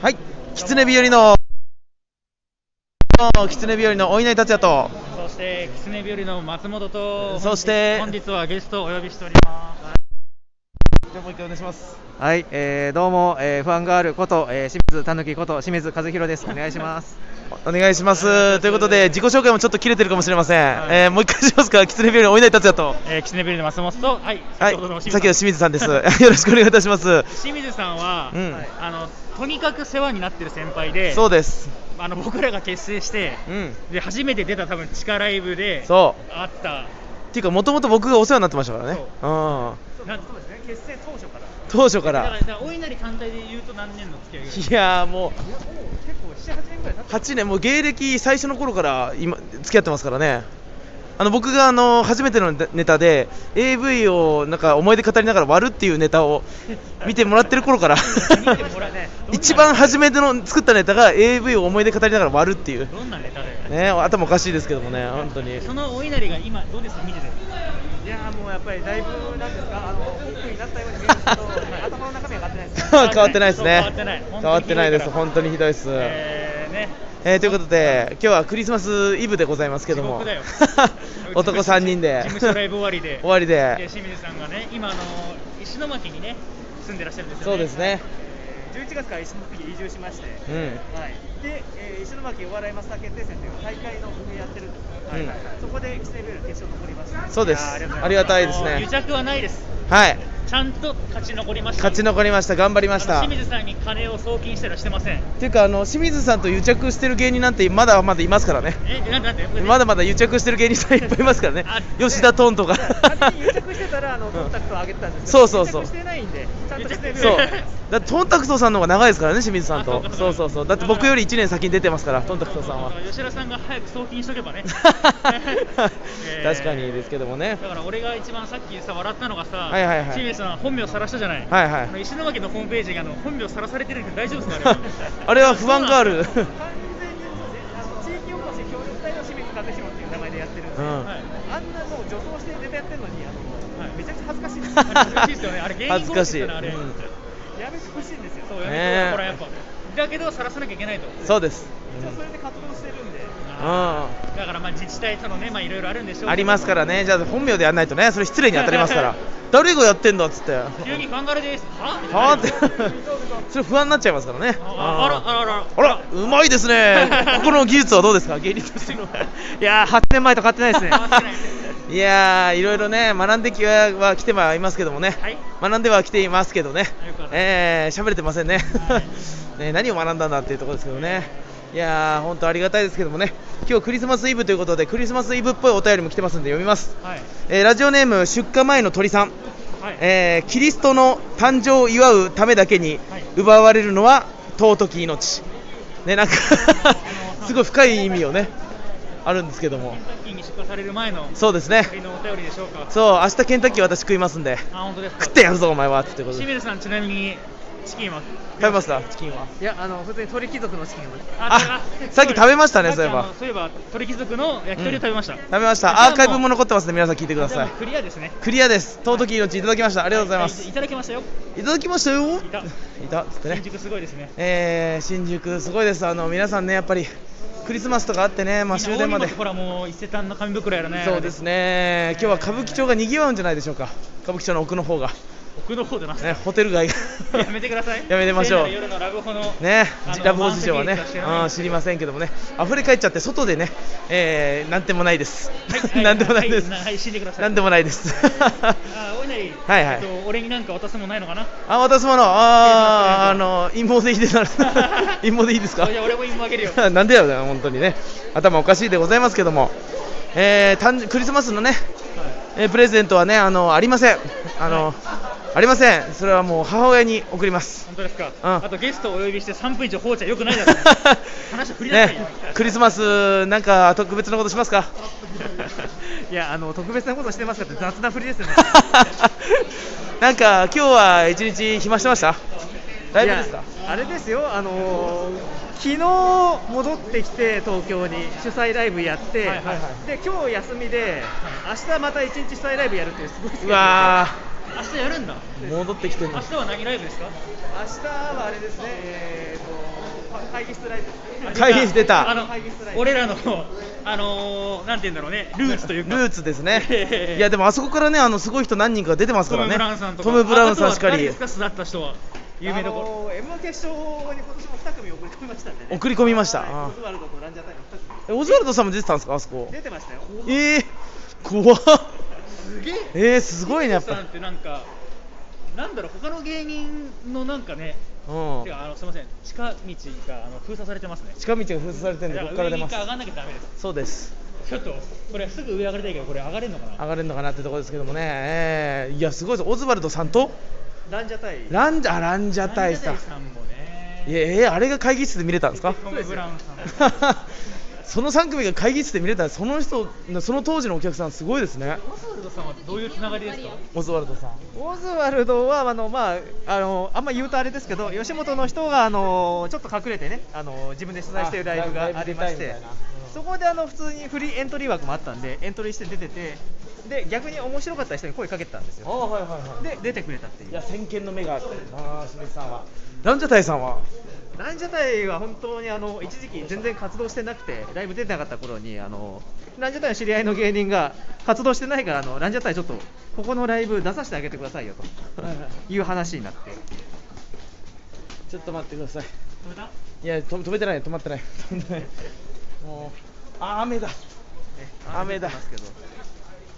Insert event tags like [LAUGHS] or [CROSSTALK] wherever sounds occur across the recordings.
はい、狐日和の。狐日和のお稲荷達也と。そして、キツネ日和の松本と、そして本日はゲストをお呼びしております。じゃあもう一回お願いします。はい、えー、どうも、えー、不安があること、えー、清水たぬきこと清水和弘です。お願いします。 [LAUGHS] お願いします。ということで、自己紹介もちょっと切れてるかもしれません。いえーもう一回しますか、狐日和のお稲荷達也と。えー、キツネ日和の松本と、はい、はい、先ほどの先ほど清水さんです。 [LAUGHS] よ清ろしくお願いいたします。水さんは、うんあの、とにかく世話になってる先輩で、そうです。あの僕らが結成して、うん。で初めて出た多分地下ライブで、そあった。う。っていうか、もともと僕がお世話になってましたからね。うん。なそうですね、結成当初から。当初かだからら、。だからお稲荷単体で言うと何年の付き合いぐらいいやーも結構7、8年ぐらい経っう8年もう芸歴最初の頃から今付き合ってますからねあの僕があの初めてのネタで AV をなんか思い出語りながら割るっていうネタを見てもらってる頃 [LAUGHS] から見てもらうね一番初めての作ったネタが AV を思い出語りながら割るっていうどんなネタだよね。ね頭おかしいですけどもね本当に [LAUGHS] そのお稲荷が今、どうですか、見てて。いやもうやっぱりだいぶなんですか、あのオープンになったように見えますけど頭の中身は変わってないで [LAUGHS] 変わってないですね変わってない変わってないです本当にひどいです、えーね、えーということで今日はクリスマスイブでございますけども地獄だよ [LAUGHS] 男3人で事務所ライブ終わ [LAUGHS] りで終わりでで清水さんがね、今あの、石巻にね、住んでらっしゃるんですよね。そうですね11月から石巻に移住しまして、うんはい、で、えー、石巻お笑いマスター決定戦という大会の運営やってるんですよ、うんはいはいはい、そこでキツネビール決勝残りましたそうですいやーありがとうございありがたいでますすあのね癒着はないです。はいちゃんと勝ち残りました。勝ち残りました頑張りましあたの清水さんに金を送金したらしてません。っていうかあの清水さんと癒着してる芸人なんてまだまだいますからねえ、なんなんで、まだまだ癒着してる芸人さんいっぱいいますからねあ吉田トーンとか勝手に癒着してたらあのコンタクトを上げてたんですけど、そうそうそう癒着してないんでちゃんとキツネビーそ [LAUGHS] ルうだってトンタクトさんの方が長いですからね清水さんとあそそううかそうそうだって僕より1年先に出てますからトンタクトさ [LAUGHS] んは。吉田さんが早く送金しとけばね確かにですけどもねだから俺が一番さっきさ笑ったのがさ、はいはいはい清水さん本名さらしたじゃない。はい [LAUGHS] はいあの石巻のホームページがあの本名さらされてるけど大丈夫ですかあれは [LAUGHS] あれは不安があ [LAUGHS] [LAUGHS] る完全にあの地域おこし協力隊の清水和弘っていう名前でやってるんうで、んあんはい。なもう女装してネタやってるのにあはの、いめちゃくちゃ恥ずかしいです恥ずかしいですよね。あれ芸人恥ずかしいコンテストのあれ。うんやめてほしいんですよそうやねめえとほらやっぱ。だけどさらさなきゃいけないと。そうです一応それで活動してるんでああーだからまあ自治体とのねまあいろいろあるんでしょうけーど。ありますからねじゃあ本名でやらないとねそれ失礼に当たりますから [LAUGHS] 誰がやってんだっつっては急にファンガレです。は？あってそれ不安になっちゃいますからねああらあらあら。あら、うまいです [LAUGHS] ね。ここの技術はどうですか、芸人としての。いやー8年前と変わってないですね変わってないいやー、いろいろね、学んできはは来てはいますけどもね。はい学んでは来ていますけどねよかっ。たえー、喋れてませんね。は [LAUGHS] ね、何を学んだんだっていうところですけどね。いやー、本当ありがたいですけどもね。今日クリスマスイブということで、クリスマスイブっぽいお便りも来てますんで、読みます。はいえーラジオネーム出荷前の鳥さん。はい。えーキリストの誕生を祝うためだけにはい奪われるのは尊き命、ね、 [LAUGHS] なんかすごい深い意味をねあるんですけどもケンタッキーに出荷される前のそうですね鳥のお便りでしょうか。そう明日ケンタッキー私食いますんであ本当ですか。食ってやるぞお前はってこと清で水さんちなみにチキンは。食べましたチキンはいやあの普通に鳥貴族の資金をあさっき食べましたねそういえばさっきあのそういえば鳥貴族の焼き鳥を食べました。食べましたアーカイブも残ってますね皆さん聞いてくださいじゃあもうクリアですね。クリアです尊き命いただきましたありがとうございまはすいただきましたよ。いただきましたよいたいたっつってね新宿すごいですね。えー新宿すごいですあの皆さんねやっぱりクリスマスとかあってね、まあ、終電までみんな大荷物ほらもう伊勢丹の紙袋やらね。そうです。ね、今日は歌舞伎町が賑わうんじゃないでしょうか、歌舞伎町の奥の方が、奥の方でな。ね、ホテル街がやめてください。やめてましょう聖なる夜のラブホの。 [LAUGHS] ねあのラブホ事情はね満席率は知らないうん、知りませんけどもね、溢れ返っちゃって、外でね、えー、なんでもないです、は [LAUGHS] いなんでもないです、はいはいはい死んでくださいなんでもないです、 [LAUGHS] あ、お稲荷。はいはいえっと俺になんか渡すもんないのかな。あ、渡すもの、あー、あの陰謀でいいです、陰謀でいいですかじゃあ俺も今あげるよ。なんでやろな、本当にね、頭おかしいでございますけども、えー、誕生クリスマスのね、えープレゼントはね、あのありません、あの、ありません、それはもう母親に送ります。本当ですか、うんあとゲストをお呼びして3分以上放置はよくないだろう話振りなさいよね、クリスマス、なんか特別なことしますか [LAUGHS] いやあの特別なことしてますかって雑な振りで [LAUGHS] すよねなんか今日は一日暇してましたライブですかいやあれですよあのー昨日戻ってきて東京に主催ライブやって、はいはいはで今日休みで明日また一日主催ライブやるっていうすごいスケジューうルわ明日やるんだー戻ってきてる明日は何ライブですか明日はあれですねえーと会議室ライブ会議室出たあの俺らのあのー、なんて言うんだろうねルーツというかルーツですねええいやでもあそこからねあのすごい人何人か出てますトかム・らねブラウンさんとかトムブラウンさんしかあとは誰りですか巣立った人は有名どころ、あの M 決勝に今年も2組送り込みましたんでね送り込みましたはいあーオズワルドとランジャタイの2組えオズワルドさんも出てたんですかあそこ出てましたよええ怖っすげええー、すごいねやっぱさんってなんかなんだろう他の芸人のなんかねうんてかあのすみません近道があの封鎖されてますね近道が封鎖されてるんでだここかからら出上にま一す回上がんなきゃダメですそうですちょっとこれすぐ上上がりたいけどこれ上がれるのかな上がれるのかなってとこですけどもねえーいやすごいですオズワルドさんとランジャタイランジャランジャタイさんランジャタイさんもねいやえーあれが会議室で見れたんです [LAUGHS] かトム・ブラウンさんもその3組が会議室で見れたらその人その当時のお客さんすごいですねオズワルドさんはどういうつながりですかオズワルドさんオズワルドはあの、まあ、あのあんま言うとあれですけど吉本の人があのちょっと隠れてねあの自分で取材してるライブがありましライてブ出たいみたいなうんそこであの普通にフリーエントリー枠もあったんでエントリーして出ててで逆に面白かった人に声かけてたんですあよあはいはいはいで出てくれたっていういや先見の目があってああ清水さんはランジャタイさんはランジャタイは本当にあの一時期全然活動してなくてライブ出てなかった頃にあのランジャタイの知り合いの芸人が活動してないからあのランジャタイちょっとここのライブ出させてあげてくださいよという話になってちょっと待ってください止めたいやと止めてない止まってない止まってないもうあー雨だね雨だ出てますけど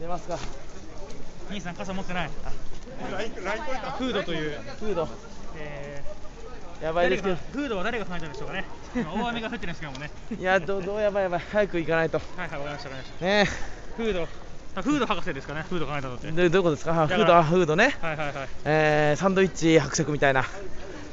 出ますか兄さん傘持ってないフードという、フードえやー、ばいですけど誰がフードは誰が考えたんでしょうかね今大雨が降ってるんですけど [LAUGHS] もねいやどうどうやばいやばい早く行かないとはいはいわかりましたわかりま [LAUGHS] しねたフードあフード博士ですかねフード考えたのってえどどういうことですかあだフからードあフードねはいはいはいえー、サンドイッチ伯爵みたいな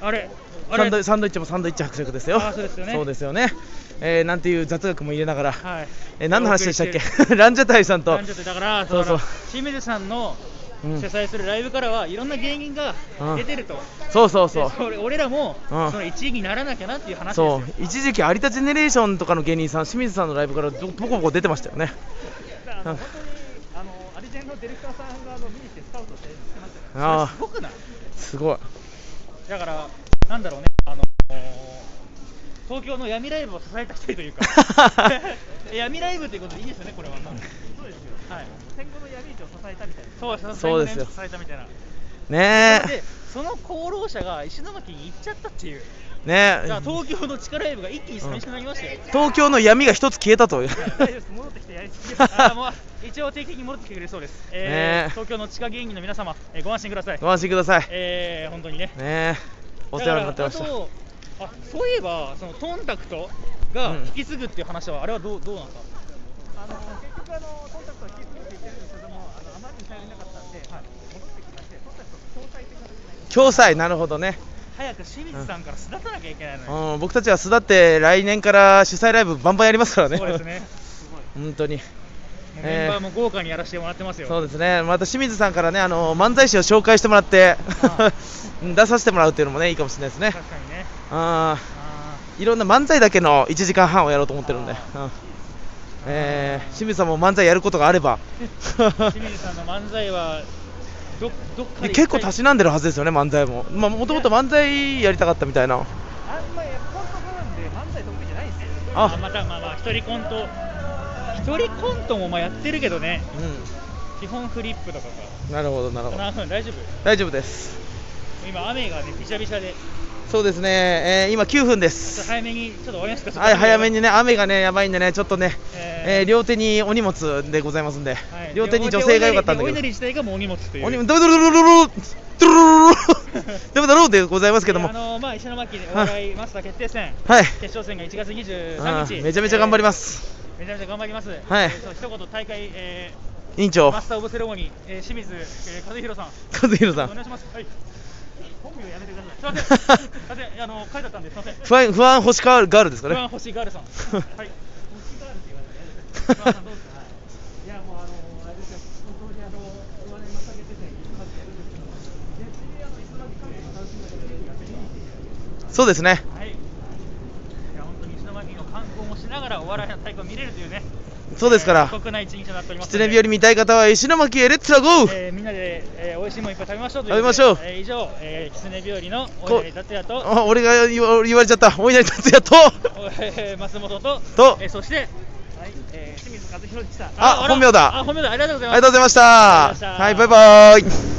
あれあサンドれサンドイッチもサンドイッチ伯爵ですよあーそうですよねそうですよねえー、なんていう雑学も入れながら、はいえー何の話でしたっお送りしてけランジャタイ [LAUGHS] さんとランジャタイだからそうそうだから清水さんのうん主催するライブからはいろんな芸人が出てると、そうそうそうでそれ俺らもうんその一位にならなきゃなっていう話ですそよう一時期有田ジェネレーションとかの芸人さん清水さんのライブからどボコボコ出てましたよねだからあの本当にあのアリジェンのディレクターさんがあの見に来てスカウトしてしてましたからあそれすあごくないすごいだからなんだろうねあの東京の闇ライブを支えた一人という [LAUGHS] か闇ライブということでいいですよねこれはそうですよはい戦後の闇市を支えたみたいなそうですそうですよ支えたみたいなねでその功労者が石巻に行っちゃったっていうえねだからえ東京の地下ライブが一気に寂しくなりましたよ、東京の闇が一つ消えた [LAUGHS] という大丈夫 [LAUGHS] です戻ってきてやりすぎあーもう一応定期的に戻ってきてくれるそうです、えねえー東京の地下芸人の皆様、えーご安心くださいご安心くださいねえー、本当にねえお世話になってましだたからあとあそういえばそのトンタクトがうん引き継ぐっていう話は、あれはどうどうなんですかあの結局あのコンタクトはキープしていってるんですけどもあのあまりに頼りなかったんで、戻ってきましてコンタクトの共済という形になります共済なるほどね早く清水さんから巣立たなきゃいけないのに、うん僕たちは巣立って来年から主催ライブバンバンやりますからねそうですね本当にもうえーメンバーも豪華にやらせてもらってますよ、そうですねまた清水さんからねあの漫才師を紹介してもらってあ [LAUGHS] 出させてもらうっていうのもねいいかもしれないですね確かにねあああいろんな漫才だけの1時間半をやろうと思ってるんで、うんえー清水さんも漫才やることがあれ [LAUGHS] ばー清水さんの漫才はどどっかで結構たししなんでるはずですよね漫才もまあもともと漫才やりたかったみたいなあんまりコントなんで漫才得意じゃないですよああまたまあまあ一人コント一人コントもまあやってるけどね基本フリップとかうんなるほどなるほどかか大丈夫大丈夫です今雨がねびしゃびしゃでそうですね、えー今9分でちょっとす早めにちょっと終わりますかはい早めにね雨がねやばいんでねちょっとね、えーえー両手にお荷物でございますんで、はい両手に女性が良かったんだおけ稲荷ど自体がもうお荷物というお荷物ドロドロドロドロドロドロドロでもだろうでございますけどもえーあのーまあ石巻でお笑いマスター決定戦はい決勝戦が1月あ23日ーめちゃめちゃ頑張ります、えーめちゃめちゃ頑張りますはいえーそう一言大会え委員ー長マスターオブセレモニーえー清水えー和弘さん和弘さお願いんしますはい本名やめてくださいすい [LAUGHS] ませんすいませんあの書いてあったんですいません不安不安星ガールガールですか不安ね星ガールさんはい不安さんどうですかいやもうあのあれですよ本当にあの生まれまさげてて数やるんですけど逆にあのイスラム関係の楽しみだけでやってみていそうですねはいいや本当に石巻の観光もしながらお笑いの大会を見れるというねそうですからえー過酷な一日になっております狐日和見たい方は石巻へレッツラゴーえーみんなで、えー、美味しいもんいっぱい食べましょうとい食べうこまとしょうでえー以上、えー、キツネ日和のこ大谷達也と、あ俺が言わ言われちゃった大稲荷達也とえー、松本と、とえー、そして、はいえー、清水和弘でした。ああら本名だあ、本名だ。ありがとうございありますがとうございましあたりがとうごはいバざいましたイバーイ